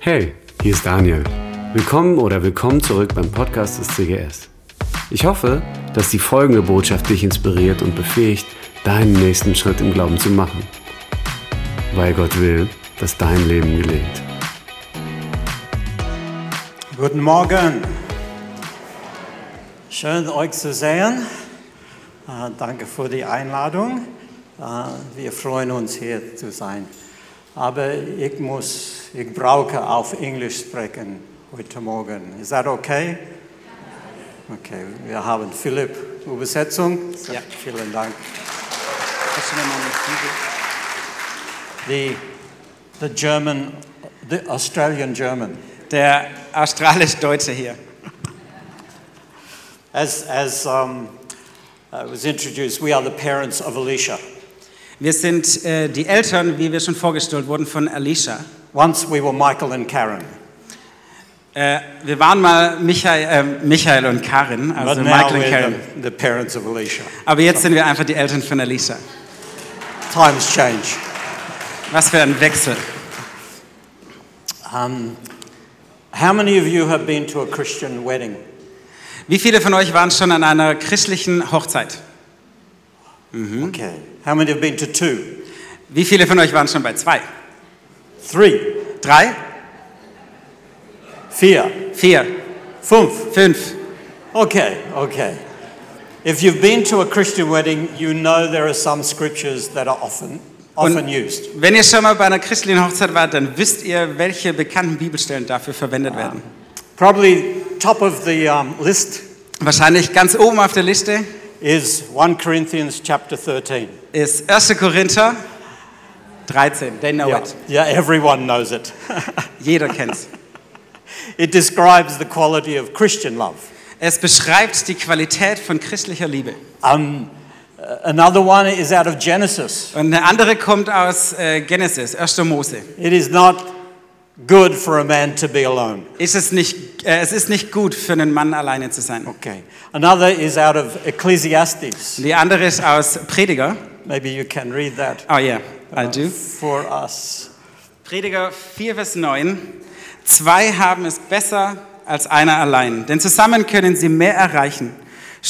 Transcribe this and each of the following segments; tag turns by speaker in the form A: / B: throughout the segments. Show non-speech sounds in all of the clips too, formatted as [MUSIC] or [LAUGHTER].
A: Hey, hier ist Daniel. Willkommen oder willkommen zurück beim Podcast des CGS. Ich hoffe, dass die folgende Botschaft dich inspiriert und befähigt, deinen nächsten Schritt im Glauben zu machen. Weil Gott will, dass dein Leben gelingt.
B: Guten Morgen. Schön euch zu sehen. Äh, Danke für die Einladung. Äh, Wir freuen uns hier zu sein. Aber ich muss, ich brauche auf Englisch sprechen heute Morgen. Ist das okay? Okay, wir haben Philipp Übersetzung.
C: Ja.
B: Vielen Dank.
C: Kannst du mir mal eine Bibel-
B: The, the German, the Australian German.
C: Der australisch-deutsche hier.
B: As, as um, uh, was introduced, we are the parents of Alicia.
C: Wir sind äh, die Eltern, wie wir schon vorgestellt wurden, von Alicia.
B: Once we were Michael and Karen.
C: Äh, wir waren mal Michael, äh, Michael und Karin, also
B: but now
C: Michael und
B: we're
C: Karen.
B: The, the parents of Alicia.
C: Aber jetzt sind wir einfach die Eltern von Alicia.
B: Times change.
C: Was für ein Wechsel.
B: Um, how many of you have been to a Christian wedding?
C: Wie viele von euch waren schon an einer christlichen Hochzeit? Hmm?
B: Okay. How many have been to two?
C: Wie viele von euch waren schon bei zwei?
B: Three?
C: Drei?
B: Vier?
C: Vier?
B: Fünf?
C: Fünf?
B: Okay, okay. If you've been to a Christian wedding, you know there are some scriptures that are often,
C: Und-
B: often used.
C: Wenn ihr schon mal bei einer christlichen Hochzeit wart, dann wisst ihr, welche bekannten Bibelstellen dafür verwendet werden.
B: Probably top of the um, list
C: Wahrscheinlich ganz oben auf der Liste
B: is 1 Corinthians chapter 13.
C: ist 1. Korinther 13. They know
B: Yeah,
C: it.
B: yeah everyone knows it. [LAUGHS]
C: Jeder kennt's.
B: It describes the quality of Christian love.
C: Es beschreibt die Qualität von christlicher Liebe.
B: Um, uh, another one is out of Genesis.
C: Und eine andere kommt aus äh, Genesis, 1. Mose.
B: It is not good for a man to be alone.
C: Ist es, nicht, äh, es ist nicht gut für einen Mann alleine zu sein.
B: Okay. Another is out of Ecclesiastes.
C: Die andere ist aus Prediger.
B: Maybe you can read that Uh,
C: Oh yeah, I do.
B: for us.
C: Prediger 4, Vers 9. Zwei haben es besser als einer allein, denn zusammen können sie mehr erreichen.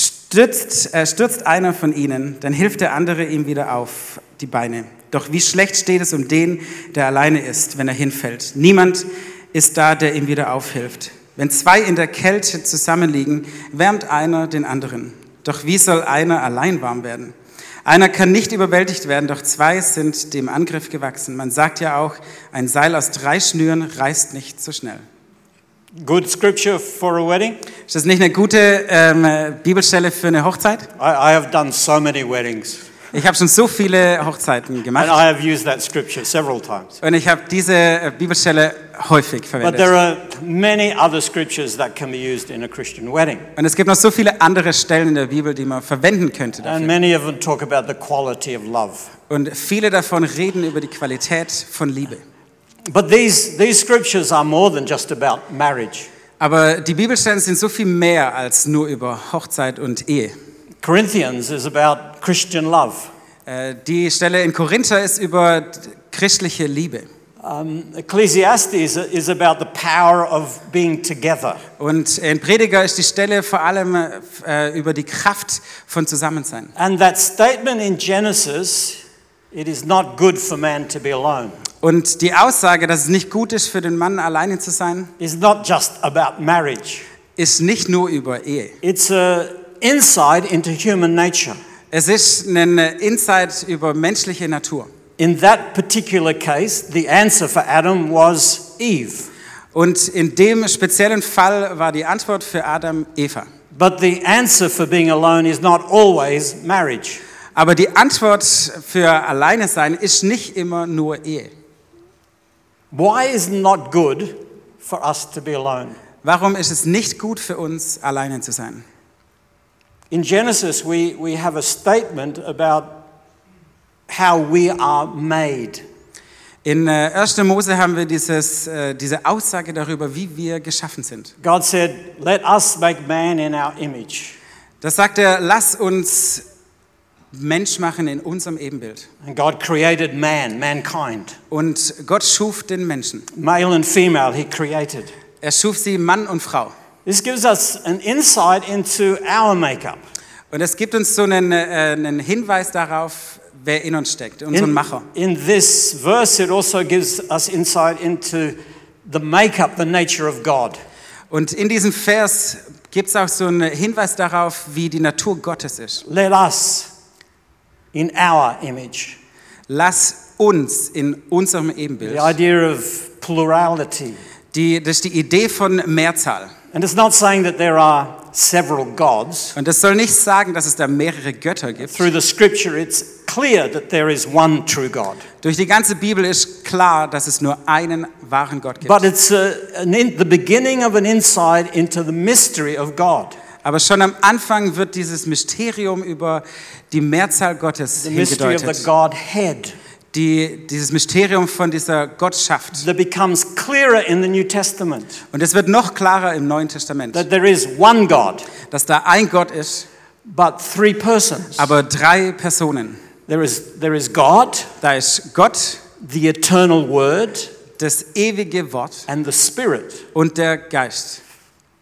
C: Stürzt, äh, stürzt einer von ihnen, dann hilft der andere ihm wieder auf die Beine. Doch wie schlecht steht es um den, der alleine ist, wenn er hinfällt. Niemand ist da, der ihm wieder aufhilft. Wenn zwei in der Kälte zusammenliegen, wärmt einer den anderen. Doch wie soll einer allein warm werden? Einer kann nicht überwältigt werden, doch zwei sind dem Angriff gewachsen. Man sagt ja auch, ein Seil aus drei Schnüren reißt nicht so schnell.
B: Good scripture for a wedding.
C: Ist das nicht eine gute ähm, Bibelstelle für eine Hochzeit?
B: I, I have done so many weddings,
C: Ich habe schon so viele Hochzeiten
B: and
C: gemacht
B: I have used that scripture several times.
C: und ich habe diese äh, Bibelstelle häufig
B: But there
C: verwendet.
B: are many other scriptures that can be used in a Christian wedding,
C: Und es gibt noch so viele andere Stellen in der Bibel, die man verwenden könnte
B: and
C: dafür.
B: many of them talk about the quality of love.
C: Und viele davon reden über die Qualität von Liebe.
B: But these, these scriptures are more than just about marriage.
C: Aber die Bibelstellen sind so viel mehr als nur über Hochzeit und Ehe.
B: Corinthians is about Christian love.
C: Äh, Die Stelle in Korinther ist über d- christliche Liebe.
B: Um, Ecclesiastes is about the power of being together.
C: Und in Prediger ist die Stelle vor allem äh, f- äh, über die Kraft von Zusammensein.
B: And that statement in Genesis, it is not good for man to be alone,
C: Und die Aussage, dass es nicht gut ist, für den Mann alleine zu sein,
B: is not just about marriage.
C: ist nicht nur über Ehe.
B: It's an insight into human nature.
C: Es ist ein äh, Insight über menschliche Natur.
B: In that particular case, the answer for Adam was Eve.
C: Und in dem speziellen Fall war die Antwort für Adam Eva.
B: But the answer for being alone is not always marriage.
C: Aber die Antwort für alleine sein ist nicht immer nur Ehe.
B: Why is it not good for us to be alone?
C: Warum ist es nicht gut für uns, alleine zu sein?
B: In Genesis, we, we have a statement about how we are made.
C: In äh, 1. Mose haben wir dieses, äh, diese Aussage darüber, wie wir geschaffen sind.
B: God said, Let us make man in our image.
C: Das sagt er, lass uns Mensch machen in unserem Ebenbild.
B: And God created man, mankind.
C: Und Gott schuf den Menschen.
B: Male and female, He created.
C: Er schuf sie Mann und Frau.
B: This gives us an insight into our makeup.
C: Und es gibt uns so einen, äh, einen Hinweis darauf, wer in uns steckt, unseren
B: In,
C: Macher.
B: in this verse, it also gives us insight into the makeup, the nature of God.
C: Und in diesem Vers gibt es auch so einen Hinweis darauf, wie die Natur Gottes ist.
B: Let us, in our image,
C: Lass uns in unserem Ebenbild.
B: the idea of plurality.
C: Die, das ist die Idee von Mehrzahl.
B: And it's not saying that there are several gods.
C: Und das soll nicht sagen, dass es da mehrere Götter gibt.
B: Through the scripture, it's clear that there is one true God.
C: Durch die ganze Bibel ist klar, dass es nur einen wahren Gott gibt.
B: But it's a, an in, the beginning of an insight into the mystery of God,
C: Aber schon am Anfang wird dieses Mysterium über die Mehrzahl Gottes
B: the mystery of the
C: hingedeutet.
B: Godhead,
C: Die, dieses Mysterium von dieser Gottschaft.
B: that becomes clearer in the New Testament.
C: Und es wird noch klarer im Neuen Testament,
B: That there is one God,
C: dass da ein Gott ist,
B: but three persons.
C: aber drei Personen.
B: There is, there is God,
C: Da ist Gott,
B: the eternal Word,
C: das ewige Wort
B: and the Spirit.
C: und der Geist.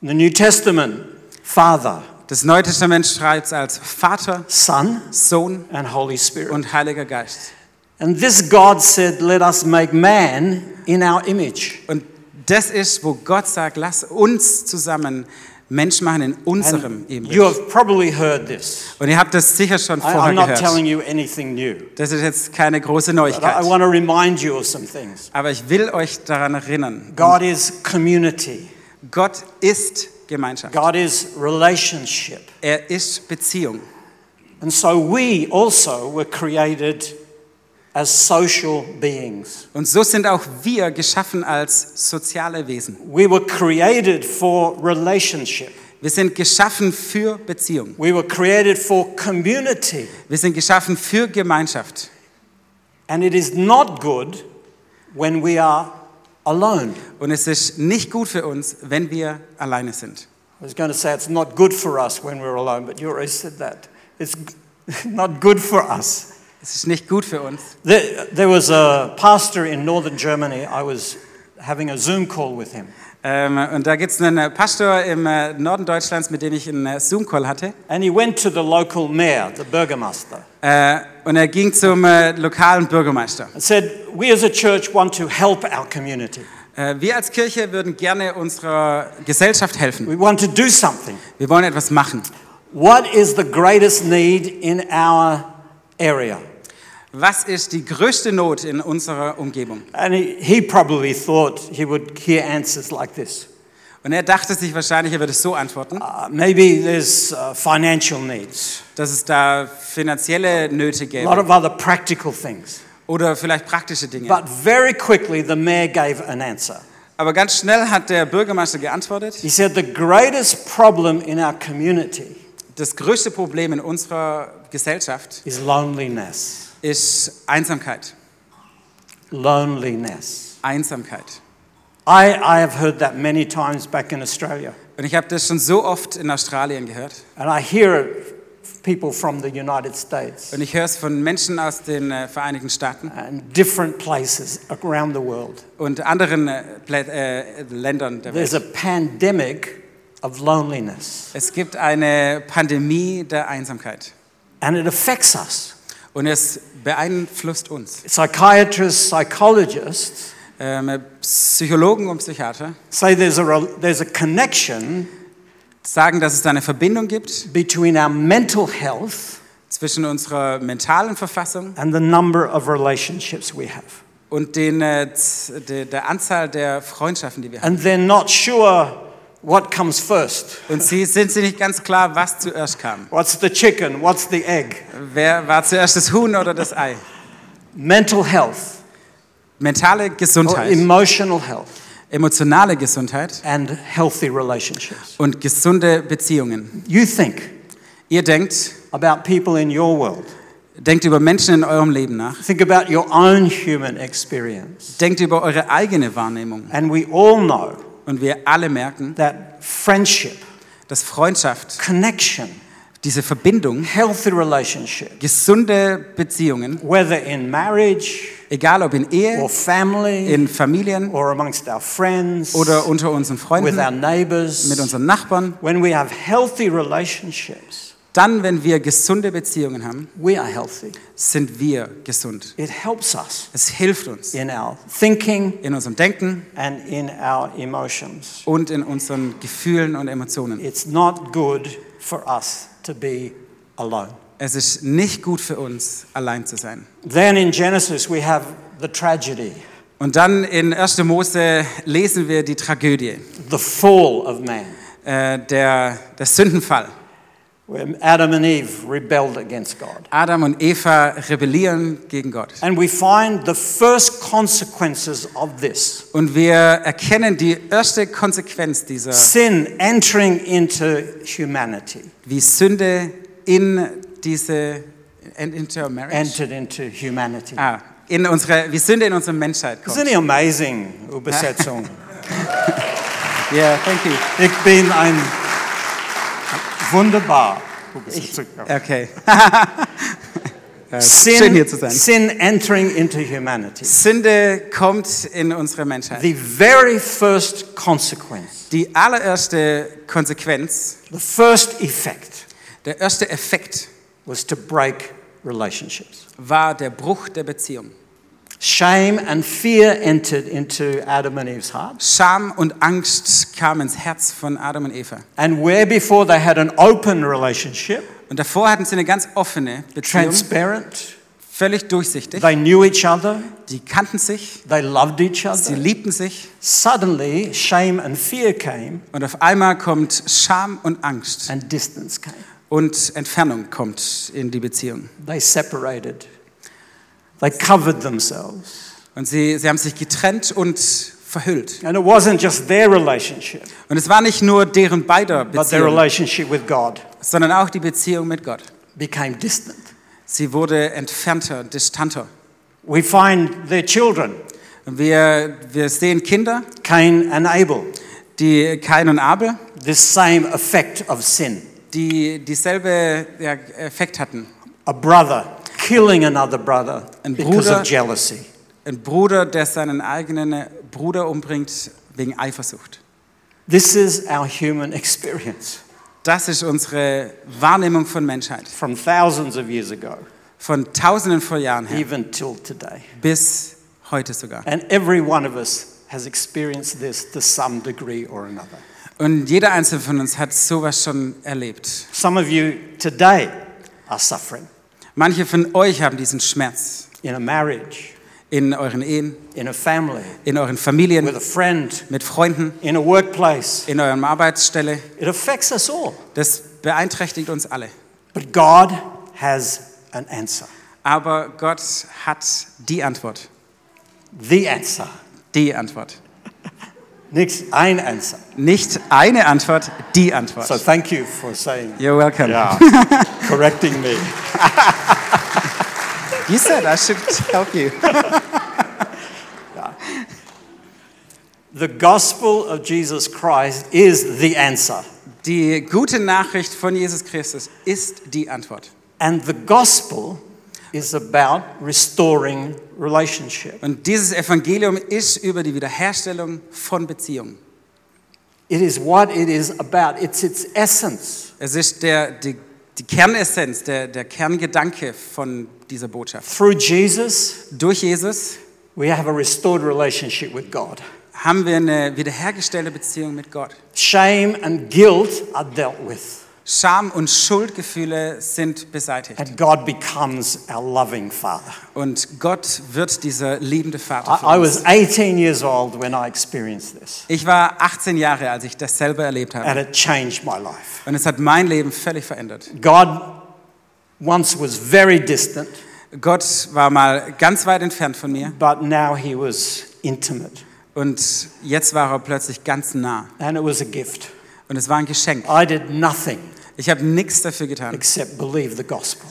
B: In the New Testament, Father,
C: Das Neue Testament schreibt es als Vater,
B: Son,
C: Sohn
B: and Holy Spirit.
C: und Heiliger Geist.
B: And this God said, Let us make man in our image.
C: Und das ist, wo Gott sagt, lass uns zusammen Mensch machen in unserem
B: And you
C: Ebenbild.
B: have probably heard this.
C: Und ihr habt das sicher schon
B: I,
C: vorher
B: I'm not
C: gehört.
B: telling you anything new,
C: Das ist jetzt keine große
B: but I, I
C: Neuigkeit.
B: want to remind you of some things.
C: Aber ich will euch daran erinnern,
B: God is community,
C: Gott ist Gemeinschaft.
B: God is relationship.
C: Er ist Beziehung.
B: And so we also were created as social beings.
C: Und so sind auch wir geschaffen als soziale Wesen.
B: We were created for relationship.
C: Wir sind geschaffen für Beziehung.
B: We were created for community.
C: Wir sind geschaffen für Gemeinschaft.
B: And it is not good when we are alone.
C: Und es ist nicht gut für uns, wenn wir alleine sind.
B: I was going to say it's not good for us when we're alone, but you already said that. It's [LAUGHS] not good for us.
C: Es ist nicht gut für uns.
B: There, there was a pastor in northern Germany. I was having a Zoom call with him.
C: Ähm, und da gibt es einen äh, Pastor im äh, Norden Deutschlands, mit dem ich einen äh, Zoom-Call hatte.
B: And he went to the local mayor, the burgomaster,
C: Äh, und er ging zum äh, lokalen Bürgermeister.
B: and said, We as a church want to help our community.
C: Äh, wir als Kirche würden gerne unserer Gesellschaft helfen.
B: We want to do something.
C: Wir wollen etwas machen.
B: What is the greatest need in our area?
C: Was ist die größte Not in unserer Umgebung?
B: And he, he probably thought he would hear answers like this.
C: Und er dachte sich wahrscheinlich, er würde es so antworten,
B: Uh, maybe there's uh, financial needs,
C: dass es da finanzielle Nöte
B: a lot of
C: gäbe
B: other practical things.
C: oder vielleicht praktische Dinge.
B: But very quickly, the mayor gave an answer.
C: Aber ganz schnell hat der Bürgermeister geantwortet,
B: He said, The greatest problem in our community
C: das größte Problem in unserer Gesellschaft
B: is loneliness.
C: ist Einsamkeit.
B: Loneliness.
C: Einsamkeit.
B: I, I have heard that many times back in Australia,
C: Und ich habe das schon so oft in Australien gehört.
B: and I hear it from people from the United States
C: Und ich höre es von Menschen aus den äh, Vereinigten Staaten
B: and different places around the world.
C: und anderen äh, Plä- äh, Ländern der Welt.
B: There's a pandemic of loneliness,
C: Es gibt eine Pandemie der Einsamkeit.
B: and it affects us.
C: Und es beeinflusst uns.
B: Psychiatrists, psychologists
C: Ähm, Psychologen und Psychiater
B: say there's a, rel- there's a connection
C: sagen, dass es da eine Verbindung gibt
B: between our mental health
C: zwischen unserer mentalen Verfassung
B: and the number of relationships we have.
C: und den, äh, z- de, der Anzahl der Freundschaften, die wir haben.
B: And they're not sure what comes first.
C: Und sie sind sich nicht ganz klar, was zuerst kam.
B: What's the chicken? What's the egg?
C: Wer war zuerst das Huhn oder das Ei?
B: Mental health,
C: Mentale
B: or
C: Gesundheit,
B: emotional health,
C: emotionale Gesundheit
B: and healthy relationships.
C: und gesunde Beziehungen.
B: You think
C: Ihr denkt,
B: about people in your world.
C: denkt über Menschen in eurem Leben nach.
B: Think about your own human experience.
C: Denkt über eure eigene Wahrnehmung.
B: And we all know
C: Und wir alle merken,
B: that friendship,
C: dass Freundschaft,
B: connection
C: diese Verbindung,
B: healthy relationship,
C: gesunde Beziehungen,
B: whether in marriage
C: egal ob in Ehe,
B: or family
C: in Familien
B: or amongst our friends,
C: oder unter unseren
B: with our
C: Freunden,
B: neighbors.
C: mit unseren Nachbarn,
B: When we have healthy relationships,
C: dann, wenn wir gesunde Beziehungen haben,
B: we are healthy.
C: sind wir gesund.
B: It helps us
C: Es hilft uns
B: in our thinking
C: in unserem Denken
B: and in our emotions.
C: und in unseren Gefühlen und Emotionen.
B: It's not good for us to be alone.
C: Es ist nicht gut für uns, allein zu sein.
B: Then in Genesis, we have the tragedy,
C: Und dann in 1. Mose lesen wir die Tragödie,
B: the fall of man,
C: äh, der, der Sündenfall.
B: where Adam and Eve rebelled against God.
C: Adam und Eva rebellieren gegen Gott.
B: And we find the first consequences of this
C: Und wir erkennen die erste Konsequenz dieser,
B: sin entering into humanity,
C: wie Sünde in diese, in, into our marriage,
B: entered into humanity.
C: ah, in unsere, wie Sünde in unsere Menschheit kommt.
B: Isn't it amazing, Übersetzung?
C: Yeah, thank you.
B: Ich bin ein wunderbar. Übersetzung.
C: Okay. [LAUGHS] Ja, es ist schön
B: Sin,
C: hier zu sein.
B: sin entering into humanity.
C: Sünde kommt in unsere Menschheit.
B: The very first consequence,
C: Die allererste Konsequenz,
B: the first effect
C: der erste Effekt
B: was to break relationships.
C: war der Bruch der Beziehung.
B: Shame and fear entered into Adam and Eve's hearts.
C: Scham und Angst kamen ins Herz von Adam und Eva.
B: And where before they had an open relationship,
C: Und davor hatten sie eine ganz offene Beziehung,
B: transparent,
C: völlig durchsichtig.
B: they knew each other,
C: Die kannten sich,
B: they loved each
C: sie
B: other.
C: liebten sich.
B: Suddenly, shame and fear came
C: Und auf einmal kommt Scham und Angst
B: and distance came.
C: und Entfernung kommt in die Beziehung.
B: They separated. They covered themselves.
C: Und sie, sie haben sich getrennt und verhüllt.
B: And it wasn't just their relationship,
C: Und es war nicht nur deren beider
B: but their
C: Beziehung,
B: relationship with God
C: sondern auch die Beziehung mit Gott.
B: became distant.
C: Sie wurde entfernter, distanter.
B: We find their children,
C: Wir, wir sehen Kinder,
B: Cain and Abel,
C: die Kain und Abel,
B: this same effect of sin.
C: die dieselbe ja, Effekt hatten.
B: A brother killing another brother
C: Een
B: because
C: broeder-
B: of jealousy.
C: Ein Bruder, der seinen eigenen Bruder umbringt wegen Eifersucht.
B: This is our human [LAUGHS] experience
C: Das ist unsere Wahrnehmung von Menschheit.
B: from thousands of years ago,
C: Von tausenden von Jahren her
B: even till today.
C: bis heute sogar.
B: And every one of us has experienced this to some degree or another.
C: Und jeder Einzelne von uns hat sowas schon erlebt.
B: Some of you today are suffering
C: Manche von euch haben diesen Schmerz
B: in a marriage,
C: in euren Ehen,
B: in a family,
C: in euren
B: with
C: Familien,
B: a friend,
C: mit Freunden,
B: in a workplace.
C: in eurem Arbeitsstelle.
B: It affects us all.
C: Das beeinträchtigt uns alle.
B: But God has an answer.
C: Aber Gott hat die Antwort.
B: The answer.
C: Die Antwort.
B: Nix, ein answer.
C: Nicht eine Antwort, die
B: So
C: Antwort.
B: thank you for saying,
C: You're welcome.
B: yeah, correcting me.
C: You said I should help you.
B: The gospel of Jesus Christ is the answer.
C: Die gute Nachricht von Jesus Christus ist die Antwort.
B: And the gospel is about restoring relationship.
C: Und dieses Evangelium ist über die Wiederherstellung von Beziehungen.
B: It is what it is about. It's its essence.
C: Es ist der, die, die Kernessenz, der, der Kerngedanke von dieser Botschaft.
B: Through Jesus,
C: Durch Jesus
B: we have a restored relationship with God.
C: haben wir eine wiederhergestellte Beziehung mit Gott.
B: Shame and guilt are dealt with,
C: Scham und Schuldgefühle sind beseitigt.
B: and God becomes our loving Father.
C: Und Gott wird dieser liebende Vater. Für
B: I, I
C: uns.
B: was 18 years old when I experienced this,
C: Ich war 18 Jahre, als ich das selber erlebt habe.
B: and it changed my life.
C: Und es hat mein Leben völlig verändert.
B: God once was very distant,
C: Gott war mal ganz weit entfernt von mir
B: but now he was intimate,
C: und jetzt war er plötzlich ganz nah.
B: and it was a gift.
C: Und es war ein Geschenk.
B: I did nothing
C: Ich habe nichts dafür getan,
B: except believe the gospel.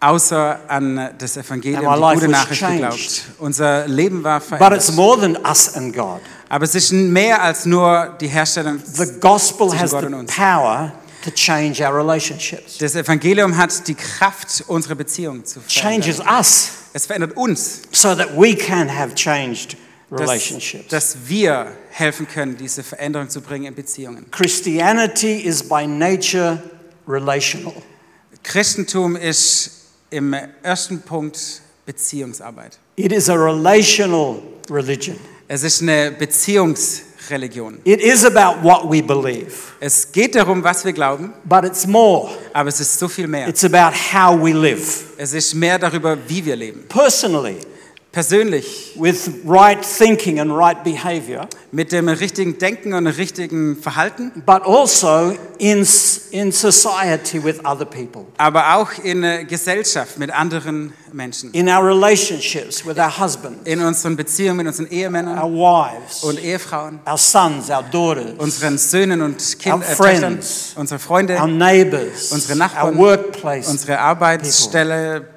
C: außer an das Evangelium,
B: And my
C: die gute
B: life was
C: Nachricht geglaubt. Unser Leben war
B: But it's
C: verändert.
B: more than us and God.
C: Aber es ist mehr als nur die Herstellung.
B: The gospel
C: Zwischen
B: has
C: Gott und
B: the
C: uns.
B: power to change our relationships.
C: Das Evangelium hat die Kraft, unsere Beziehung zu
B: Changes
C: verändern.
B: us
C: Es verändert uns,
B: so that we can have changed
C: dass,
B: relationships.
C: dass wir helfen können, diese Veränderung zu bringen in Beziehungen.
B: Christianity is by nature relational.
C: Christentum ist im ersten Punkt Beziehungsarbeit.
B: It is a relational religion.
C: Es ist eine Beziehungsreligion.
B: It is about what we believe,
C: Es geht darum, was wir glauben,
B: but it's more.
C: aber es ist so viel mehr.
B: It's about how we live
C: Es ist mehr darüber, wie wir leben.
B: personally,
C: Persönlich,
B: with right thinking and right behavior,
C: mit dem richtigen Denken und richtigen Verhalten,
B: but also in, s- in society with other people,
C: aber auch in äh, Gesellschaft mit anderen Menschen.
B: in our relationships with our husbands,
C: In unseren Beziehungen mit unseren
B: our
C: Ehemännern
B: wives,
C: und Ehefrauen,
B: our sons, our daughters,
C: unseren Söhnen und
B: Our
C: Kindern, äh, Töchtern,
B: friends.
C: unsere
B: our
C: Freunde,
B: neighbors,
C: unsere
B: our
C: Nachbarn,
B: workplace,
C: unsere Arbeitsstelle,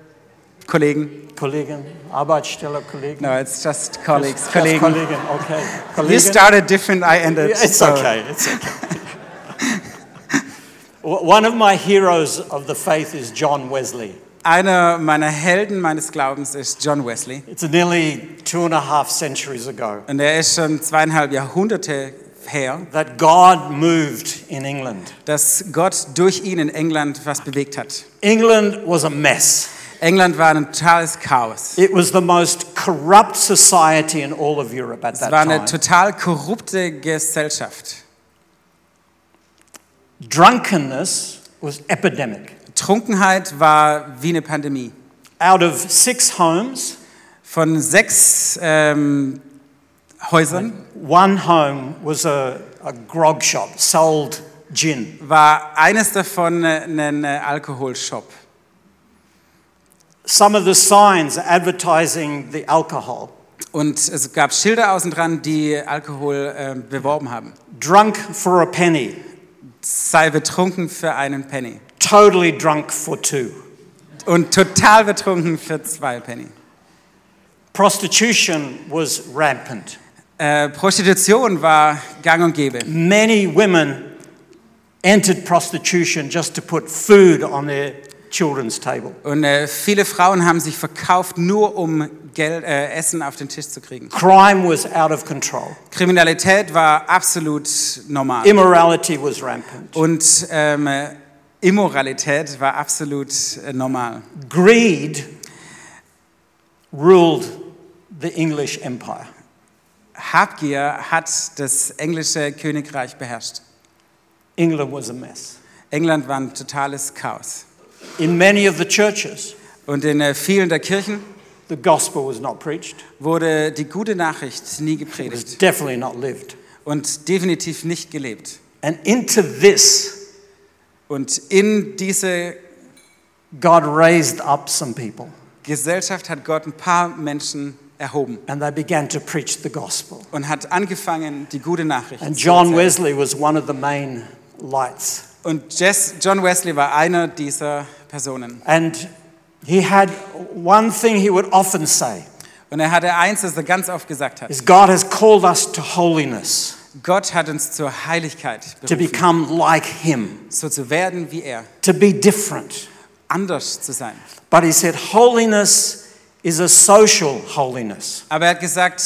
C: Kollegen.
B: Kollegen, Arbeitsstelle, Kollegen.
C: No, it's just colleagues.
B: Just
C: Kollegen.
B: Kollegen, okay.
C: You
B: Kollegen.
C: started different, I ended.
B: Yeah, It's
C: so.
B: okay. It's okay. O- One of my heroes of the faith is John Wesley.
C: Einer meiner Helden meines Glaubens ist John Wesley.
B: It's nearly two and a half centuries ago
C: Und er ist schon zweieinhalb Jahrhunderte her,
B: that God moved in England.
C: dass Gott durch ihn in England was bewegt hat.
B: England was a mess.
C: England war ein totales Chaos.
B: It was the most corrupt society in all of Europe at
C: Es
B: that
C: war eine
B: time.
C: total korrupte Gesellschaft.
B: Drunkenness was epidemic.
C: Trunkenheit war wie eine Pandemie.
B: Out of six homes,
C: Von sechs ähm, Häusern
B: one home was a, a grog shop, sold gin.
C: war eines davon äh, ein äh, Alkoholshop.
B: some of the signs advertising the alcohol
C: Und es gab Schilder außen dran, die Alkohol äh, beworben haben.
B: drunk for a penny,
C: Sei betrunken für einen Penny.
B: totally drunk for two.
C: Und total betrunken für zwei Penny.
B: Prostitution was rampant.
C: Äh, Prostitution war gang und gäbe.
B: Many women entered prostitution just to put food on their children's table.
C: Und äh, viele Frauen haben sich verkauft, nur um Geld, äh, Essen auf den Tisch zu kriegen.
B: Crime was out of control.
C: Kriminalität war absolut normal.
B: Immorality was rampant.
C: und ähm, äh, Immoralität war absolut äh, normal.
B: Greed ruled the English Empire.
C: Habgier hat das englische Königreich beherrscht.
B: England was a mess.
C: England war ein totales Chaos.
B: In many of the churches,
C: Und in äh, vielen der Kirchen
B: the gospel was not preached.
C: wurde die gute Nachricht nie
B: was
C: gepredigt
B: definitely not lived.
C: und definitiv nicht gelebt.
B: And into this,
C: Und in diese
B: God raised up some people
C: Gesellschaft hat Gott ein paar Menschen erhoben
B: and they began to preach the gospel.
C: und hat angefangen, die gute Nachricht
B: And
C: zu
B: John
C: erzählen.
B: Wesley was one of the main lights.
C: Und Jess, John Wesley war einer dieser Personen.
B: And he had one thing he would often say
C: Und er hatte eins, das er ganz oft gesagt hat.
B: is God has called us to holiness,
C: Gott hat uns zur Heiligkeit
B: to
C: berufen,
B: become like him,
C: so zu werden wie er,
B: to be different.
C: anders zu sein.
B: But he said holiness is a social holiness.
C: Aber er hat gesagt,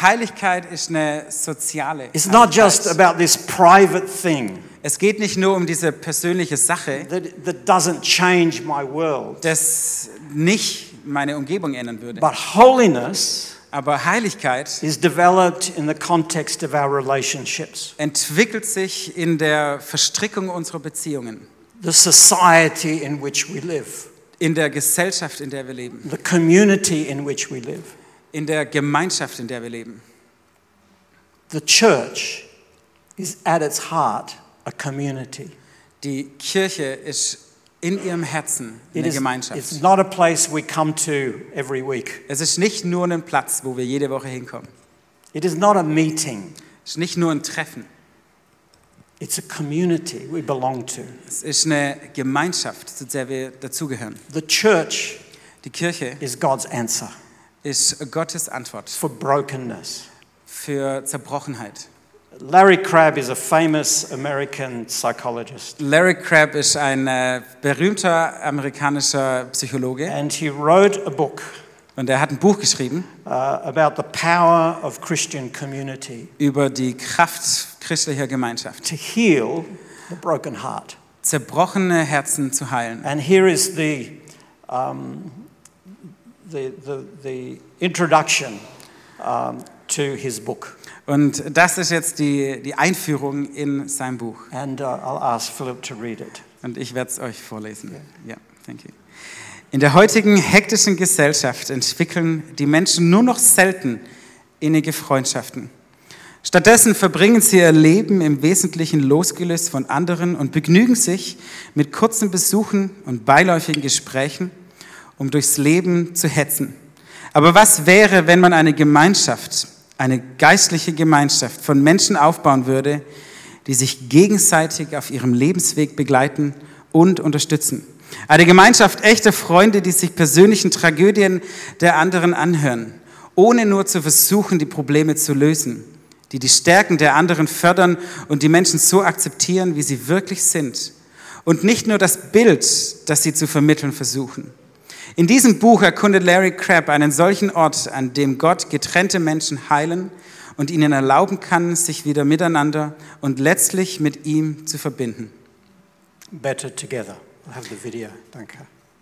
C: Heiligkeit ist eine soziale
B: It's not just
C: Heiligkeit.
B: about this private thing
C: Es geht nicht nur um diese persönliche Sache,
B: that, that doesn't change my world.
C: dass nicht meine Umgebung ändern würde.
B: But holiness
C: Aber Heiligkeit
B: is developed in the context of our relationships,
C: entwickelt sich in der Verstrickung unserer Beziehungen,
B: the society in which we live,
C: in der Gesellschaft, in der wir leben,
B: the community in which we live.
C: in der Gemeinschaft, in der wir leben.
B: The church is at its heart a community.
C: Die Kirche ist in ihrem Herzen
B: It
C: eine
B: is, it's
C: Gemeinschaft.
B: not a place we come to every week.
C: Es ist nicht nur ein Platz, wo wir jede Woche hinkommen.
B: It is not a meeting.
C: Es ist nicht nur ein Treffen.
B: It's a community we belong to.
C: Es ist eine Gemeinschaft, zu der wir dazugehören.
B: The church
C: Die Kirche
B: is God's answer
C: ist Gottes Antwort
B: for brokenness,
C: für Zerbrochenheit,
B: Larry Crabb is a famous American psychologist,
C: Larry Crabb ist ein äh, berühmter amerikanischer Psychologe
B: and he wrote a book
C: und er hat ein Buch geschrieben
B: uh, about the power of Christian community
C: über die Kraft christlicher Gemeinschaft,
B: to heal the broken heart.
C: zerbrochene Herzen zu heilen.
B: And here is the, um, the, the, the introduction um, to his book.
C: Und das ist jetzt die, die Einführung in sein Buch.
B: And uh, I'll ask Philip to read it.
C: Und ich werde es euch vorlesen. Ja, thank you. In der heutigen hektischen Gesellschaft entwickeln die Menschen nur noch selten innige Freundschaften. Stattdessen verbringen sie ihr Leben im Wesentlichen losgelöst von anderen und begnügen sich mit kurzen Besuchen und beiläufigen Gesprächen, um durchs Leben zu hetzen. Aber was wäre, wenn man eine Gemeinschaft, eine geistliche Gemeinschaft von Menschen aufbauen würde, die sich gegenseitig auf ihrem Lebensweg begleiten und unterstützen. Eine Gemeinschaft echter Freunde, die sich persönlichen Tragödien der anderen anhören, ohne nur zu versuchen, die Probleme zu lösen, die die Stärken der anderen fördern und die Menschen so akzeptieren, wie sie wirklich sind und nicht nur das Bild, das sie zu vermitteln versuchen. In diesem Buch erkundet Larry Crabb einen solchen Ort, an dem Gott getrennte Menschen heilen und ihnen erlauben kann, sich wieder miteinander und letztlich mit ihm zu verbinden.
B: Better Together. I have the video. Danke.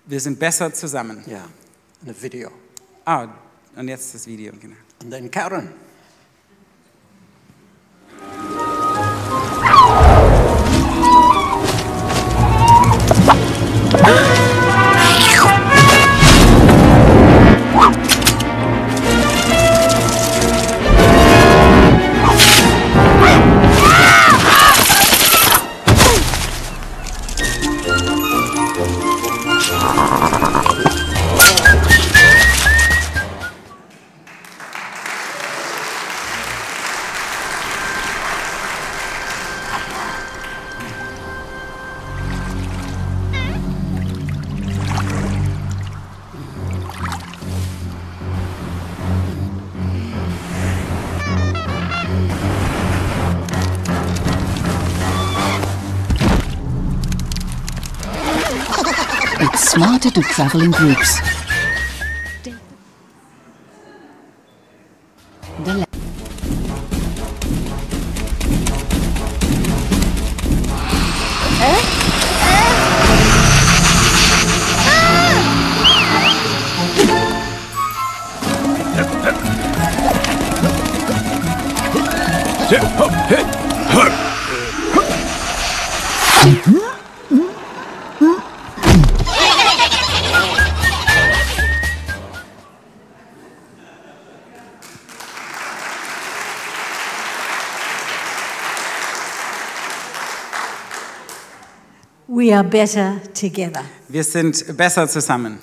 C: Wir sind besser zusammen.
B: Yeah, and the video.
C: Ah, und jetzt das Video, genau.
B: And then Karen.
D: with smarter to travel in groups. The la-
E: We are better together.
C: Wir sind besser zusammen.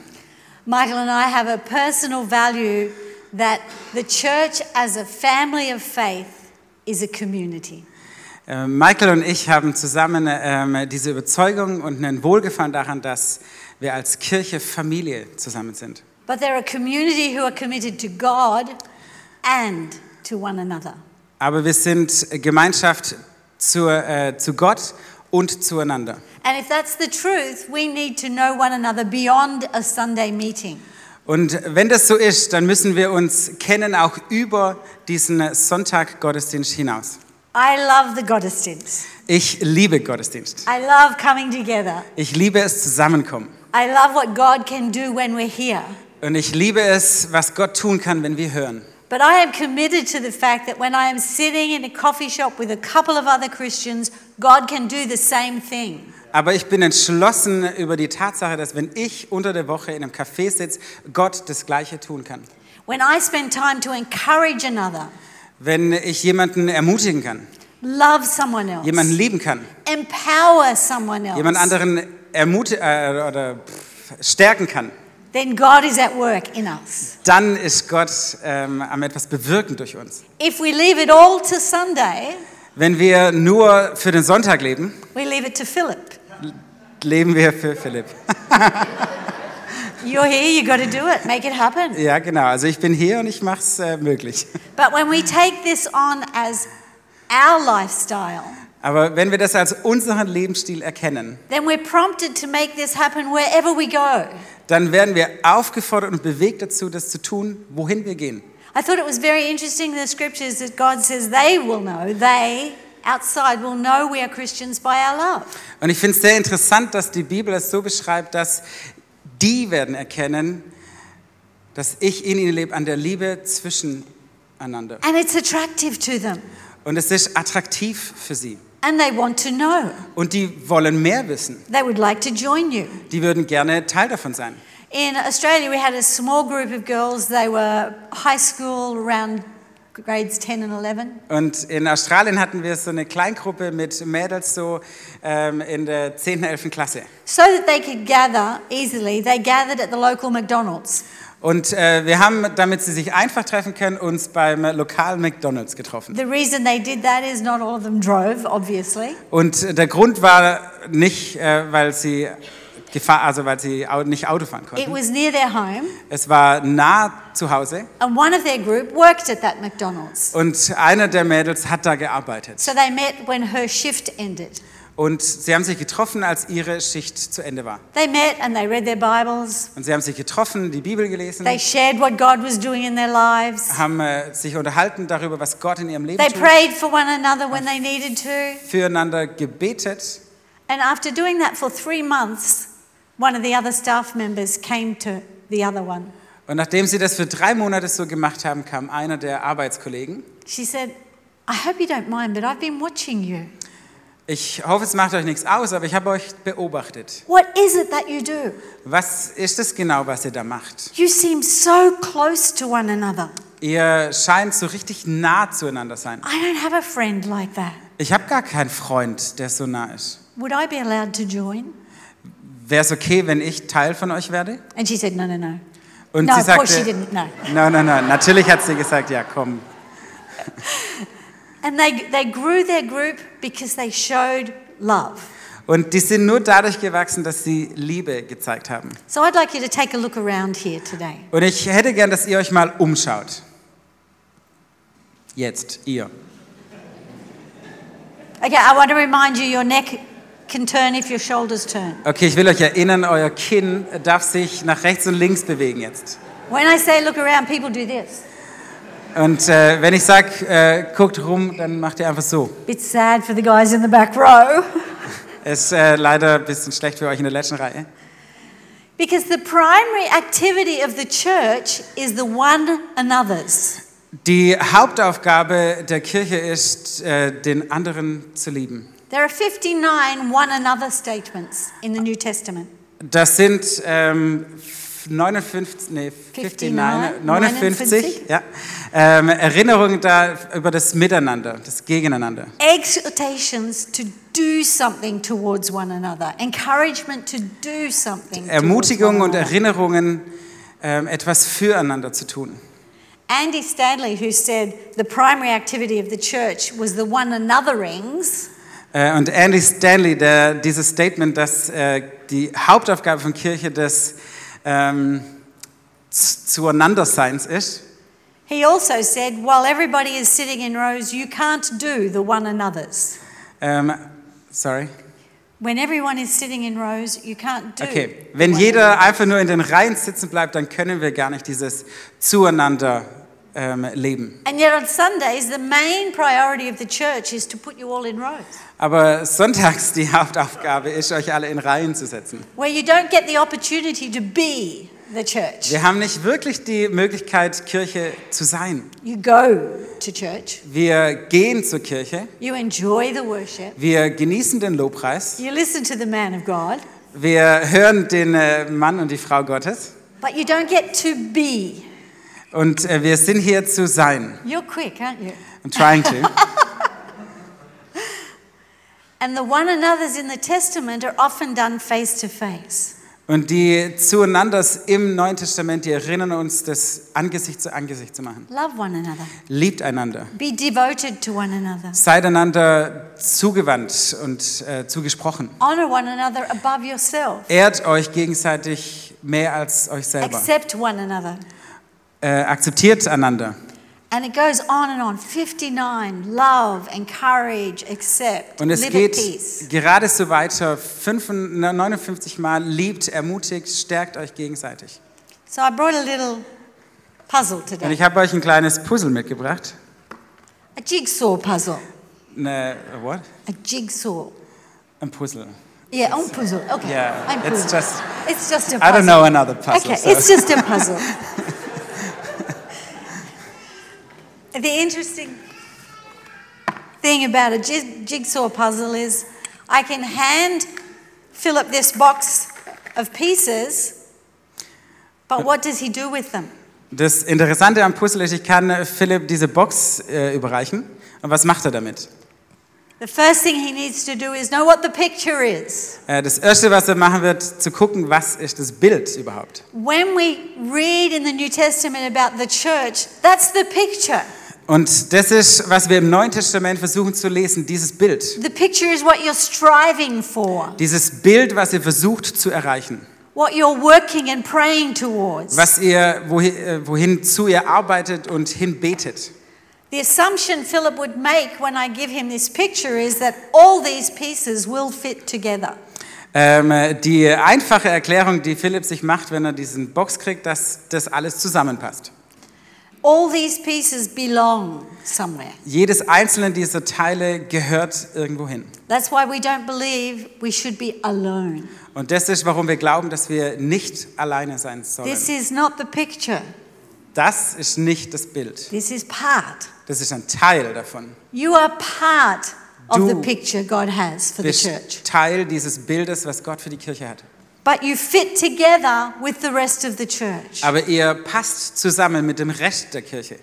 E: Michael and I have a personal value that the church as a family of faith is a community.
C: Äh, Michael und ich haben zusammen ähm, diese Überzeugung und einen Wohlgefallen daran, dass wir als Kirche Familie zusammen sind.
E: But they're a community who are committed to God and to one another.
C: Aber wir sind Gemeinschaft zur, äh, zu Gott und zueinander.
E: And if that's the truth, we need to know one another beyond a Sunday meeting.
C: Und wenn das so ist, dann müssen wir uns kennen auch über diesen Sonntag Gottesdienst hinaus.
E: I love the Gottesdienst.
C: Ich liebe Gottesdienst.
E: I love coming together.
C: Ich liebe es zusammenkommen.
E: I love what God can do when we're here.
C: Und ich liebe es, was Gott tun kann, wenn wir hören.
E: But I am committed to the fact that when I am sitting in a coffee shop with a couple of other Christians, God can do the same thing.
C: Aber ich bin entschlossen über die Tatsache, dass wenn ich unter der Woche in einem Café sitze, Gott das Gleiche tun kann.
E: When I spend time to encourage another,
C: Wenn ich jemanden ermutigen kann,
E: love someone else,
C: jemanden lieben kann,
E: empower someone else,
C: jemand anderen ermut äh, oder pff, stärken kann,
E: then God is at work in us.
C: dann ist Gott ähm, am etwas bewirken durch uns.
E: If we leave it all to Sunday,
C: Wenn wir nur für den Sonntag leben,
E: we leave it to Philip.
C: leben wir für Philipp.
E: You're here, you got to do it, make it happen.
C: Ja, genau. Also ich bin hier und ich mache es äh, möglich.
E: But when we take this on as our lifestyle,
C: Aber wenn wir das als unseren Lebensstil erkennen,
E: then we're prompted to make this happen wherever we go.
C: dann werden wir aufgefordert und bewegt dazu, das zu tun, wohin wir gehen.
E: I thought it was very interesting in the scriptures that God says they will know, they outside will know we are Christians by our love.
C: Und ich finde es sehr interessant, dass die Bibel es so beschreibt, dass die werden erkennen, dass ich in ihnen lebe, an der Liebe zwischeneinander.
E: And it's attractive to them,
C: Und es ist attraktiv für sie.
E: and they want to know.
C: Und die wollen mehr wissen.
E: They would like to join you.
C: Die würden gerne Teil davon sein.
E: In Australia, we had a small group of girls. They were high school, around grades 10 and 11.
C: Und in Australien hatten wir so eine Kleingruppe mit Mädels so ähm, in der 10. 11. Klasse.
E: So that they could gather easily, they gathered at the local McDonald's.
C: Und äh, wir haben, damit sie sich einfach treffen können, uns beim lokalen McDonald's getroffen.
E: The reason they did that is not all of them drove, obviously.
C: Und äh, der Grund war nicht, äh, weil sie Gefahr, also weil sie au nicht Auto fahren
E: It
C: konnten.
E: was near their home,
C: Es war nah zu Hause
E: and one of their group worked at that McDonald's.
C: und einer der Mädels hat da gearbeitet.
E: So they met when her shift ended.
C: Und sie haben sich getroffen, als ihre Schicht zu Ende war.
E: They met and they read their Bibles.
C: Und sie haben sich getroffen, die Bibel gelesen,
E: They shared what God was doing in their lives.
C: haben äh, sich unterhalten darüber, was Gott in ihrem Leben
E: They
C: tut,
E: prayed for one another when they needed to.
C: füreinander gebetet.
E: And after doing that for three months, one of the other staff members came to the other one.
C: Und nachdem sie das für drei Monate so gemacht haben, kam einer der Arbeitskollegen.
E: She said, I hope you don't mind, but I've been watching you.
C: Ich hoffe, es macht euch nichts aus, aber ich habe euch beobachtet.
E: What is it that you do?
C: Was ist es genau, was ihr da macht?
E: You seem so close to one another.
C: Ihr scheint so richtig nah zueinander sein.
E: I don't have a friend like that.
C: Ich habe gar keinen Freund, der so nah ist.
E: Would I be allowed to join?
C: Wäre es okay, wenn ich Teil von euch werde?
E: And she said, No, no, no.
C: Und
E: No,
C: sie
E: of course
C: sagte,
E: she didn't, no.
C: nein, nein, nein. Natürlich hat sie gesagt, ja, komm.
E: And they, they grew their group because they showed love.
C: Und die sind nur dadurch gewachsen, dass sie Liebe gezeigt haben.
E: So I'd like you to take a look around here today.
C: Und ich hätte gern, dass ihr euch mal umschaut. Jetzt, ihr.
E: Okay, I want to remind you your neck can turn if your shoulders turn.
C: Okay, ich will euch erinnern, euer Kinn darf sich nach rechts und links bewegen jetzt.
E: When I say look around, people do this.
C: Und äh, wenn ich sage, äh, guckt rum, dann macht ihr einfach so.
E: Bit sad for the guys in the back row. [LAUGHS]
C: Ist äh, leider ein bisschen schlecht für euch in der letzten Reihe.
E: Because the primary activity of the church is the one another's.
C: Die Hauptaufgabe der Kirche ist, äh, den anderen zu lieben.
E: There are 59 one another statements in the New Testament.
C: Das sind ähm, 59, nee, 59,
E: 59,
C: 59 ja, ähm, Erinnerungen da über das Miteinander, das Gegeneinander.
E: Exhortations to do something towards one another, encouragement to do something. towards
C: Ermutigungen
E: one
C: und
E: another.
C: Erinnerungen, ähm, etwas füreinander zu tun.
E: Andy Stanley, who said the primary activity of the church was the one anotherings,
C: Äh, und Andy Stanley, der, dieses Statement, dass äh, die Hauptaufgabe von Kirche des ähm, Z- Zueinanderseins ist,
E: he also said, while everybody is sitting in rows, you can't do the one another's.
C: ähm, sorry,
E: When everyone is sitting in rows, you can't do.
C: okay, wenn jeder einfach nur in den Reihen sitzen bleibt, dann können wir gar nicht dieses Zueinander ähm, leben.
E: And yet on Sundays, the main priority of the church is to put you all in rows,
C: Aber sonntags die Hauptaufgabe ist, euch alle in Reihen zu setzen.
E: where you don't get the opportunity to be the church.
C: Wir haben nicht wirklich die Möglichkeit, Kirche zu sein.
E: You go to church,
C: Wir gehen zur Kirche,
E: you enjoy the worship,
C: wir genießen den Lobpreis,
E: you listen to the man of God,
C: wir hören den äh, Mann und die Frau Gottes
E: but you don't get to be.
C: und äh, wir sind hier zu sein.
E: You're quick, aren't you?
C: I'm trying
E: [LAUGHS]
C: to.
E: And the one another's in the Testament are often done face to face.
C: Und die Zueinanders im Neuen Testament, die erinnern uns, das Angesicht zu Angesicht zu machen.
E: Love one another.
C: Liebt einander.
E: Be devoted to one another.
C: Seid einander zugewandt und äh, zugesprochen.
E: Honor one another above yourself.
C: Ehrt euch gegenseitig mehr als euch selber.
E: Accept one another.
C: Äh, akzeptiert einander.
E: And it goes on and on. 59, love, encourage, accept,
C: Und es
E: live at peace.
C: geht gerade so weiter, 55 59 Mal, liebt, ermutigt, stärkt euch gegenseitig.
E: So I brought a little puzzle
C: Und
E: today,
C: ich habe euch ein kleines Puzzle mitgebracht.
E: a jigsaw puzzle.
C: Eine, Ne, what?
E: A jigsaw.
C: Ein Puzzle.
E: Yeah, oh, puzzle. Okay.
C: Yeah,
E: I'm
C: it's
E: puzzled.
C: just-
E: It's just a puzzle.
C: I don't know another puzzle.
E: Okay,
C: so-
E: it's just a
C: [LAUGHS]
E: puzzle. the interesting thing about a jig- jigsaw puzzle is I can hand Philip this box of pieces, but what does he do with them?
C: Das Interessante am Puzzle ist, ich kann äh, Philipp diese Box äh, überreichen. Und was macht er damit?
E: The first thing he needs to do is know what the picture is.
C: Äh, das Erste, was er machen wird, zu gucken, was ist das Bild überhaupt.
E: When we read in the New Testament about the church, that's the picture.
C: Und das ist, was wir im Neuen Testament versuchen zu lesen, dieses Bild.
E: The picture is what you're striving for,
C: Dieses Bild, was ihr versucht zu erreichen.
E: what you're working and praying towards.
C: Was ihr, wohin, äh, wohin zu ihr arbeitet und hinbetet.
E: The assumption Philip would make when I give him this picture is that all these pieces will fit together.
C: Ähm, äh, die einfache Erklärung, die Philipp sich macht, wenn er diesen Box kriegt, dass das alles zusammenpasst.
E: All these pieces belong somewhere.
C: Jedes einzelne dieser Teile gehört irgendwo hin.
E: That's why we don't believe we should be alone.
C: Und das ist, warum wir glauben, dass wir nicht alleine sein sollen.
E: This is not the picture,
C: Das ist nicht das Bild.
E: this is part.
C: Das ist ein Teil davon.
E: You are part of the
C: Du
E: picture God has for the church,
C: Bist Teil dieses Bildes, was Gott für die Kirche hat.
E: but you fit together with the rest of the church.
C: Aber ihr passt zusammen mit dem Rest der Kirche.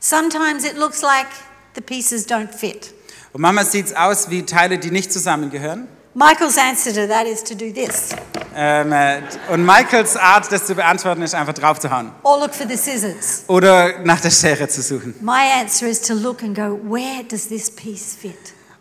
E: Sometimes it looks like the pieces don't fit.
C: Und manchmal sieht es aus wie Teile, die nicht zusammengehören.
E: Michael's answer to that is to do this
C: Ähm, äh, und Michaels Art, das zu beantworten, ist einfach draufzuhauen.
E: or look for the scissors.
C: Oder nach der Schere zu suchen.
E: My answer is to look and go, where does this piece fit?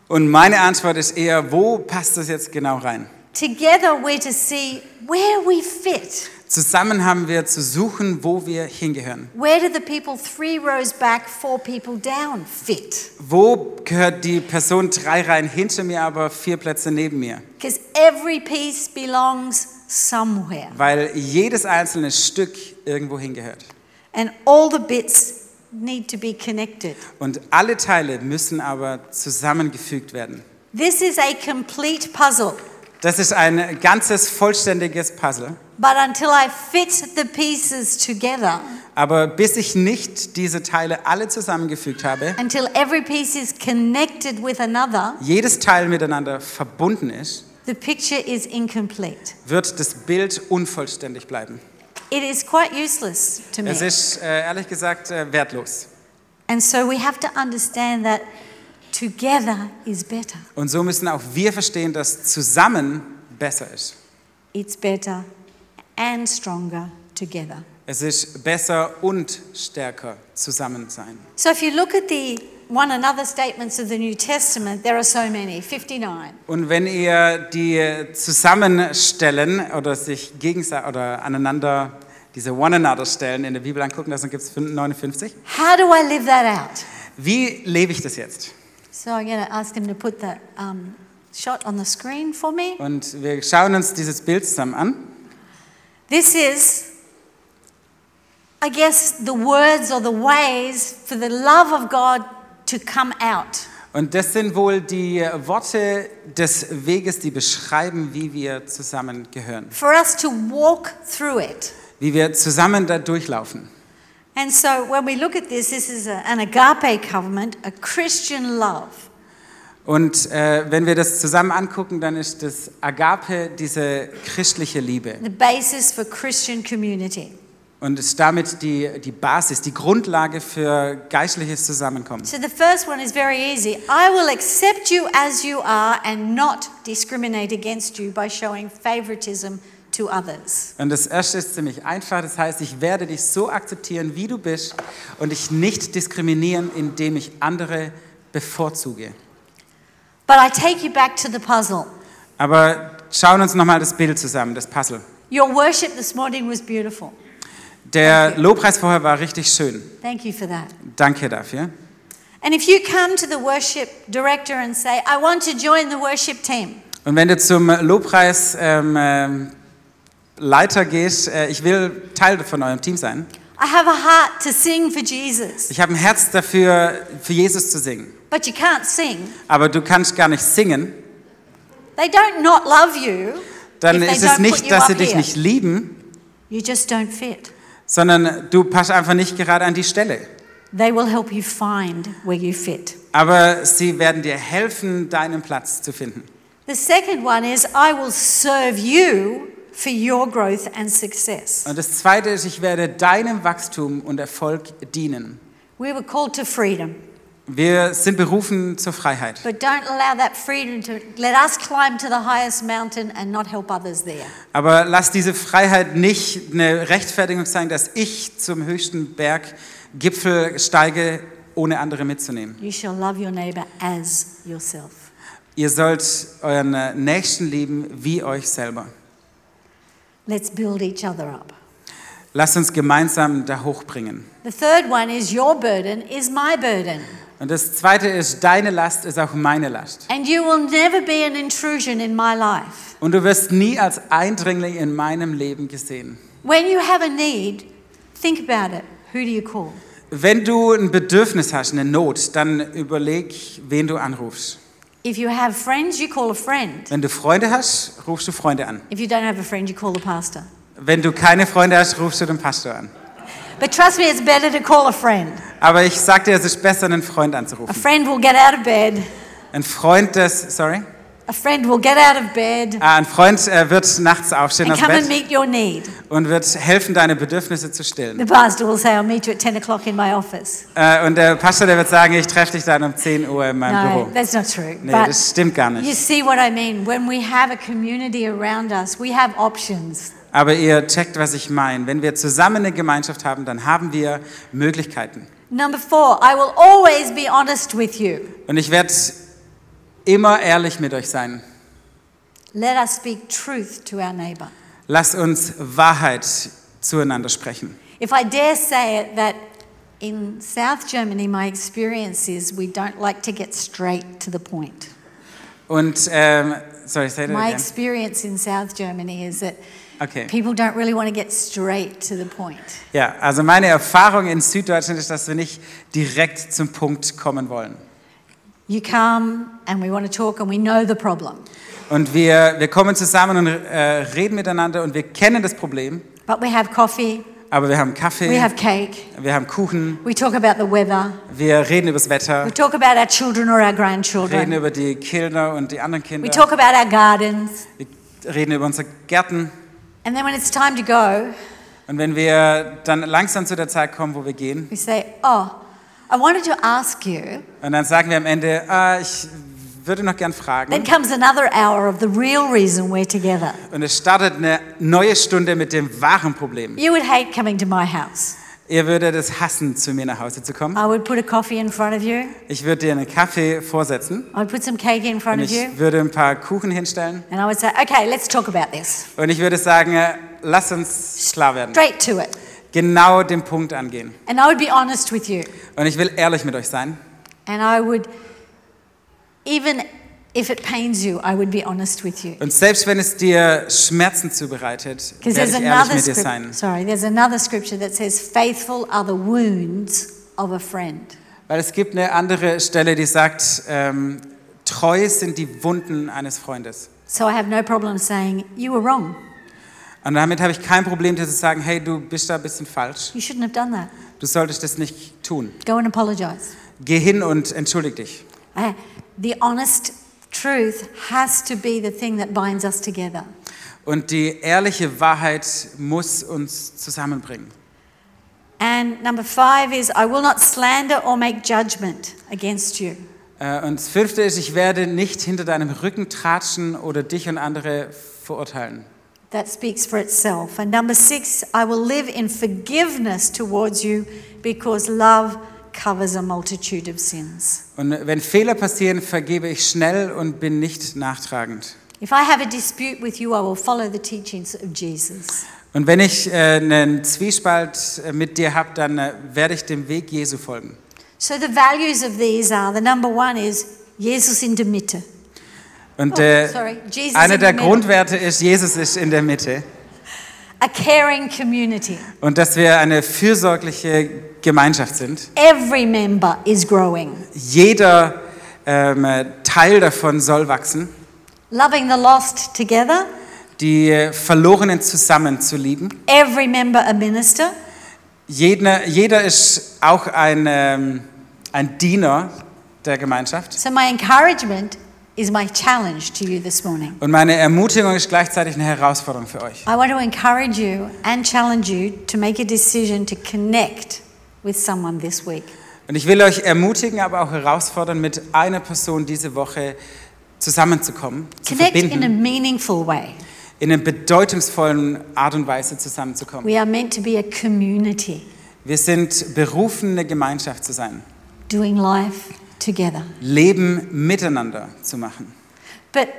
C: Und meine Antwort ist eher, wo passt das jetzt genau rein?
E: Together we're to see where we fit.
C: Zusammen haben wir zu suchen, wo wir hingehören.
E: Where do the people three rows back, four people down fit?
C: Wo gehört die Person drei Reihen hinter mir, aber vier Plätze neben mir?
E: Because every piece belongs somewhere.
C: Weil jedes einzelne Stück irgendwo hingehört.
E: And all the bits need to be connected.
C: Und alle Teile müssen aber zusammengefügt werden.
E: This is a complete puzzle.
C: Das ist ein ganzes, vollständiges Puzzle.
E: But until I fit the pieces together,
C: Aber bis ich nicht diese Teile alle zusammengefügt habe,
E: until every piece is connected with another,
C: jedes Teil miteinander verbunden ist,
E: the picture is incomplete.
C: wird das Bild unvollständig bleiben.
E: It is quite useless to me.
C: Es ist äh, ehrlich gesagt äh, wertlos.
E: And so we have to understand that together is better.
C: Und so müssen auch wir verstehen, dass zusammen besser ist.
E: It's better and stronger together.
C: Es ist besser und stärker zusammen sein.
E: So if you look at the one another statements of the New Testament, there are so many 59.
C: Und wenn ihr die zusammenstellen oder sich gegenseitig oder aneinander diese One Another Stellen in der Bibel angucken, da gibt es 59.
E: How do I live that out?
C: Wie lebe ich das jetzt?
E: So I'm going to ask him to put that um, shot on the screen for me.
C: Und wir schauen uns dieses Bild zusammen an.
E: This is, I guess, the words or the ways for the love of God to come out.
C: Und das sind wohl die Worte des Weges, die beschreiben, wie wir zusammengehören,
E: for us to walk through it.
C: wie wir zusammen da durchlaufen.
E: And so when we look at this, this is a, an agape covenant, a Christian love.
C: Und äh, wenn wir das zusammen angucken, dann ist das Agape diese christliche Liebe.
E: The basis for Christian community.
C: Und ist damit die, die Basis, die Grundlage für geistliches Zusammenkommen.
E: So the first one is very easy. I will accept you as you are and not discriminate against you by showing favoritism to others.
C: Und das erste ist ziemlich einfach, das heißt, ich werde dich so akzeptieren, wie du bist und dich nicht diskriminieren, indem ich andere bevorzuge.
E: But I take you back to the puzzle.
C: Aber schauen uns nochmal das Bild zusammen, das Puzzle.
E: Your worship this morning was beautiful.
C: Der Lobpreis vorher war richtig schön.
E: Thank you for that.
C: Danke dafür.
E: And if you come to the worship director and say, I want to join the worship team,
C: Und wenn du zum Lobpreis ähm, ähm, Leiter gehst, äh, ich will Teil von eurem Team sein.
E: I have a heart to sing for Jesus,
C: Ich habe ein Herz dafür, für Jesus zu singen.
E: but you can't sing.
C: Aber du kannst gar nicht singen.
E: They don't not love you.
C: Dann
E: if they
C: ist es
E: don't put
C: nicht,
E: you
C: dass sie
E: up
C: dich
E: here.
C: nicht lieben,
E: You just don't fit.
C: sondern du passt einfach nicht gerade an die Stelle.
E: They will help you find where you fit.
C: Aber sie werden dir helfen, deinen Platz zu finden.
E: The second one is, I will serve you for your growth and success.
C: Und das Zweite ist, ich werde deinem Wachstum und Erfolg dienen.
E: We were called to freedom,
C: Wir sind berufen zur Freiheit.
E: but don't allow that freedom to let us climb to the highest mountain and not help others there.
C: Aber lass diese Freiheit nicht eine Rechtfertigung sein, dass ich zum höchsten Berggipfel steige, ohne andere mitzunehmen.
E: You shall love your neighbor as yourself.
C: Ihr sollt euren äh, Nächsten lieben wie euch selber.
E: Let's build each other up.
C: Lasst uns gemeinsam da hochbringen.
E: The third one is, Your burden is my burden.
C: Und das Zweite ist, deine Last ist auch meine Last.
E: And you will never be an intrusion in my life.
C: Und du wirst nie als Eindringling in meinem Leben gesehen.
E: When you have a need, think about it. Who do you call?
C: Wenn du ein Bedürfnis hast, eine Not, dann überleg, wen du anrufst.
E: If you have friends, you call a friend.
C: Wenn du Freunde hast, rufst du Freunde an.
E: If you don't have a friend, you call the pastor.
C: Wenn du keine Freunde hast, rufst du den Pastor an.
E: But trust me, it's better to call a friend.
C: Aber ich sag dir, es ist besser, einen Freund
E: A
C: anzurufen.
E: friend will get out of bed.
C: Ein Freund, des, sorry,
E: A friend will get out of bed
C: ah, ein Freund äh, wird nachts aufstehen
E: and
C: aus
E: come and
C: Bett
E: meet your need.
C: und wird helfen, deine Bedürfnisse zu
E: The
C: stillen.
E: pastor will say, I'll meet you at 10 o'clock in my office.
C: Äh, und der Pastor, der wird sagen, ich treffe dich dann um 10 Uhr in meinem
E: No,
C: Büro.
E: that's not true.
C: Nee,
E: but
C: das stimmt gar
E: you
C: nicht.
E: see what I mean. When we have a community around us, we have options.
C: Aber ihr checkt, was ich meine. Wenn wir zusammen eine Gemeinschaft haben, dann haben wir Möglichkeiten.
E: Number four, I will always be honest with you.
C: Und ich werde immer ehrlich mit euch sein.
E: Let us speak truth to our neighbor.
C: Lasst uns Wahrheit zueinander sprechen.
E: If I dare say it, that in South Germany, my experience is we don't like to get straight to the point.
C: Und, ähm, sorry, say that
E: My
C: again.
E: experience in South Germany is that
C: Okay.
E: people don't really want to get straight to the point.
C: Ja, also meine Erfahrung in Süddeutschland ist, dass wir nicht direkt zum Punkt kommen wollen.
E: You come and we want to talk and we know the problem,
C: Und wir, wir kommen zusammen und äh, reden miteinander und wir kennen das Problem,
E: but we have coffee,
C: aber wir haben Kaffee,
E: we have cake,
C: wir haben Kuchen,
E: we talk about the weather,
C: wir reden über das Wetter,
E: we talk about our children or our
C: reden
E: grandchildren,
C: über die Kinder und die anderen
E: we
C: Kinder,
E: talk about our gardens,
C: wir reden über unsere Gärten.
E: and then when it's time to go,
C: Und wenn wir dann langsam zu der Zeit kommen, wo wir gehen,
E: we say, Oh, I wanted to ask you.
C: und dann sagen wir am Ende, ah, ich würde noch gern
E: Then
C: fragen.
E: comes another hour of the real reason we're together.
C: Und es startet eine neue Stunde mit dem wahren Problem.
E: You would hate coming to my house.
C: Ihr würdet es hassen, zu mir nach Hause zu kommen.
E: I would put a coffee in front of you,
C: Ich würde dir einen Kaffee vorsetzen
E: I would put some cake in
C: und
E: front of you,
C: ich würde ein paar Kuchen hinstellen
E: and I would say, Okay, let's talk about this.
C: und ich würde sagen, äh, lass uns klar werden.
E: Straight to it.
C: Genau den Punkt angehen.
E: And I would be honest with you.
C: Und ich will ehrlich mit euch sein.
E: And I would, even if it pains you, I would be honest with you.
C: Und selbst wenn es dir Schmerzen zubereitet,
E: Because
C: werde
E: there's
C: ich ehrlich
E: another
C: mit dir
E: scripture.
C: sein.
E: Sorry, there's another scripture that says, "Faithful are the wounds of a friend."
C: Weil es gibt eine andere Stelle, die sagt, ähm, treu sind die Wunden eines Freundes.
E: So I have no problem saying you were wrong.
C: Und damit habe ich kein Problem, dir zu sagen, hey, du bist da ein bisschen falsch.
E: You shouldn't have done that.
C: Du solltest das nicht tun.
E: Go and apologize.
C: Geh hin und entschuldige dich.
E: Uh, the honest truth has to be the thing that binds us together.
C: Und die ehrliche Wahrheit muss uns zusammenbringen.
E: And number five is I will not slander or make judgment against you.
C: Äh, Und das fünfte ist, ich werde nicht hinter deinem Rücken tratschen oder dich und andere verurteilen.
E: That speaks for itself. And number six, I will live in forgiveness towards you because love covers a multitude of sins.
C: Und wenn Fehler passieren, vergebe ich schnell und bin nicht nachtragend.
E: If I have a dispute with you, I will follow the teachings of Jesus.
C: Und wenn ich äh, einen Zwiespalt äh, mit dir habe, dann äh, werde ich dem Weg Jesu folgen.
E: So the values of these are the number one is Jesus in der Mitte.
C: Und
E: Oh,
C: äh,
E: sorry. Jesus
C: einer
E: in
C: der
E: the middle.
C: Grundwerte ist, Jesus ist in der Mitte.
E: A caring community.
C: Und dass wir eine fürsorgliche Gemeinschaft sind.
E: Every member is growing.
C: Jeder ähm, äh, Teil davon soll wachsen.
E: Loving the lost together.
C: Die äh, Verlorenen zusammen zu lieben.
E: Every member a minister.
C: Jeder, jeder ist auch ein, ähm, ein Diener der Gemeinschaft.
E: So my encouragement is my challenge to you this morning.
C: Und meine Ermutigung ist gleichzeitig eine Herausforderung für euch.
E: I want to encourage you and challenge you to make a decision to connect with someone this week.
C: Und ich will euch ermutigen, aber auch herausfordern, mit einer Person diese Woche zusammenzukommen, zu
E: Connect in a
C: verbinden,
E: meaningful way.
C: in einer bedeutungsvollen Art und Weise zusammenzukommen.
E: We are meant to be a community
C: Wir sind berufen, eine Gemeinschaft zu sein,
E: doing life together.
C: Leben miteinander zu machen.
E: But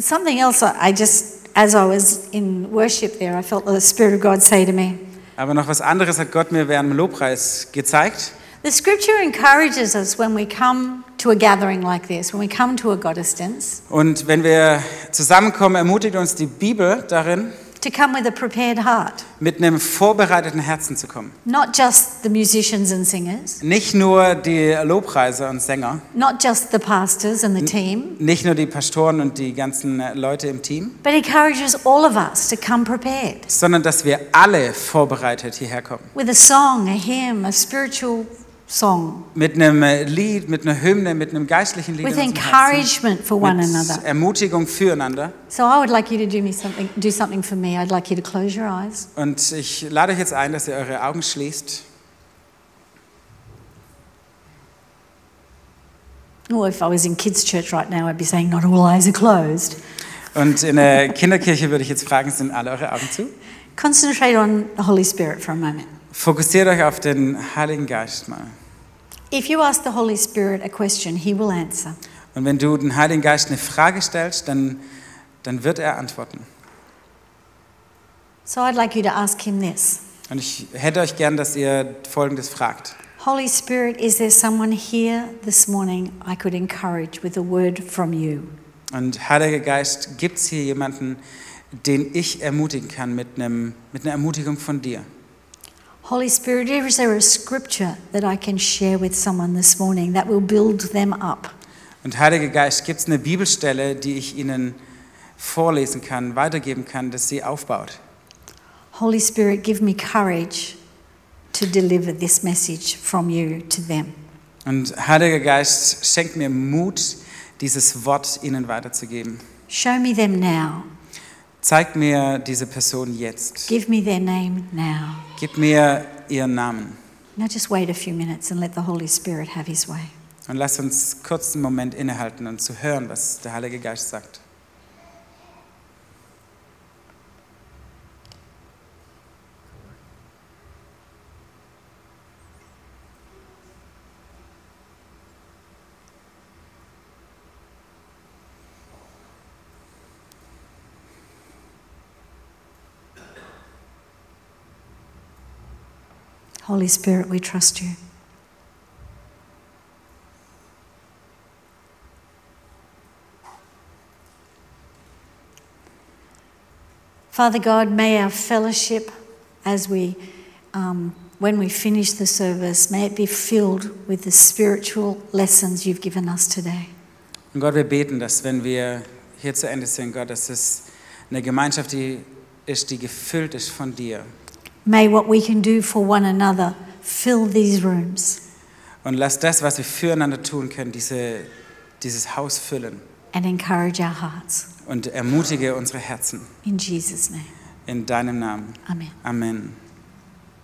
E: something else I I just, as I was in worship there, I felt the Spirit of God say to me,
C: Aber noch was anderes hat Gott mir während dem Lobpreis gezeigt.
E: The scripture encourages us when we come to a gathering like this, when we come to a Goddesdance,
C: Und wenn wir zusammenkommen, ermutigt uns die Bibel darin,
E: to come with a prepared heart,
C: mit einem vorbereiteten Herzen zu kommen.
E: not just the musicians and singers,
C: Nicht nur die Lobpreiser und Sänger,
E: not just the pastors and the team,
C: nicht nur die Pastoren und die ganzen äh, Leute im Team,
E: but encourages all of us to come prepared
C: sondern dass wir alle vorbereitet hierher kommen.
E: with a song, a hymn, a spiritual song,
C: Mit einem äh, Lied, mit einer Hymne, mit einem geistlichen Lied.
E: with
C: in unserem Herzen,
E: encouragement for one
C: mit
E: another.
C: Ermutigung füreinander.
E: So I would like you to do me something, do something for me. I'd like you to close your eyes.
C: Und ich lade euch jetzt ein, dass ihr eure Augen schließt.
E: Oh, if I was in kids' church right now, I'd be saying, "Not all eyes are closed."
C: Und in der Kinderkirche würde ich jetzt fragen, sind alle eure Augen zu?
E: Concentrate on the Holy Spirit for a moment.
C: Fokussiert euch auf den Heiligen Geist mal.
E: If you ask the Holy Spirit a question, He will answer.
C: Und wenn du den Heiligen Geist eine Frage stellst, dann, dann wird er antworten.
E: So I'd like you to ask Him this
C: Und ich hätte euch gern, dass ihr Folgendes fragt.
E: Holy Spirit, is there someone here this morning I could encourage with a word from you?
C: Und Heiliger Geist, gibt es hier jemanden, den ich ermutigen kann mit, einem, mit einer Ermutigung von dir?
E: Holy Spirit, is there a scripture that I can share with someone this morning that will build them up?
C: Und Heiliger Geist, gibt es eine Bibelstelle, die ich ihnen vorlesen kann, weitergeben kann, dass sie aufbaut?
E: Holy Spirit, give me courage to deliver this message from you to them.
C: Und Heiliger Geist, schenk mir Mut, dieses Wort ihnen weiterzugeben.
E: Show me them now.
C: Zeig mir diese Person jetzt.
E: Give me their name now.
C: Gib mir ihren Namen.
E: Now just wait a few minutes and let the Holy Spirit have His way.
C: Und lass uns kurz einen Moment innehalten und zu hören, was der Heilige Geist sagt.
E: Holy Spirit, we trust you. Father God, may our fellowship as we, um, when we finish the service, may it be filled with the spiritual lessons you've given us today.
C: Und Gott, wir beten, dass wenn wir hier zu Ende sind, Gott, dass es eine Gemeinschaft die ist, die gefüllt ist von dir.
E: May what we can do for one another fill these rooms
C: Und lass das, was wir füreinander tun können, diese, dieses Haus füllen.
E: and encourage our hearts.
C: Und ermutige unsere Herzen.
E: In Jesus' name,
C: In deinem Namen.
E: amen.
C: Amen.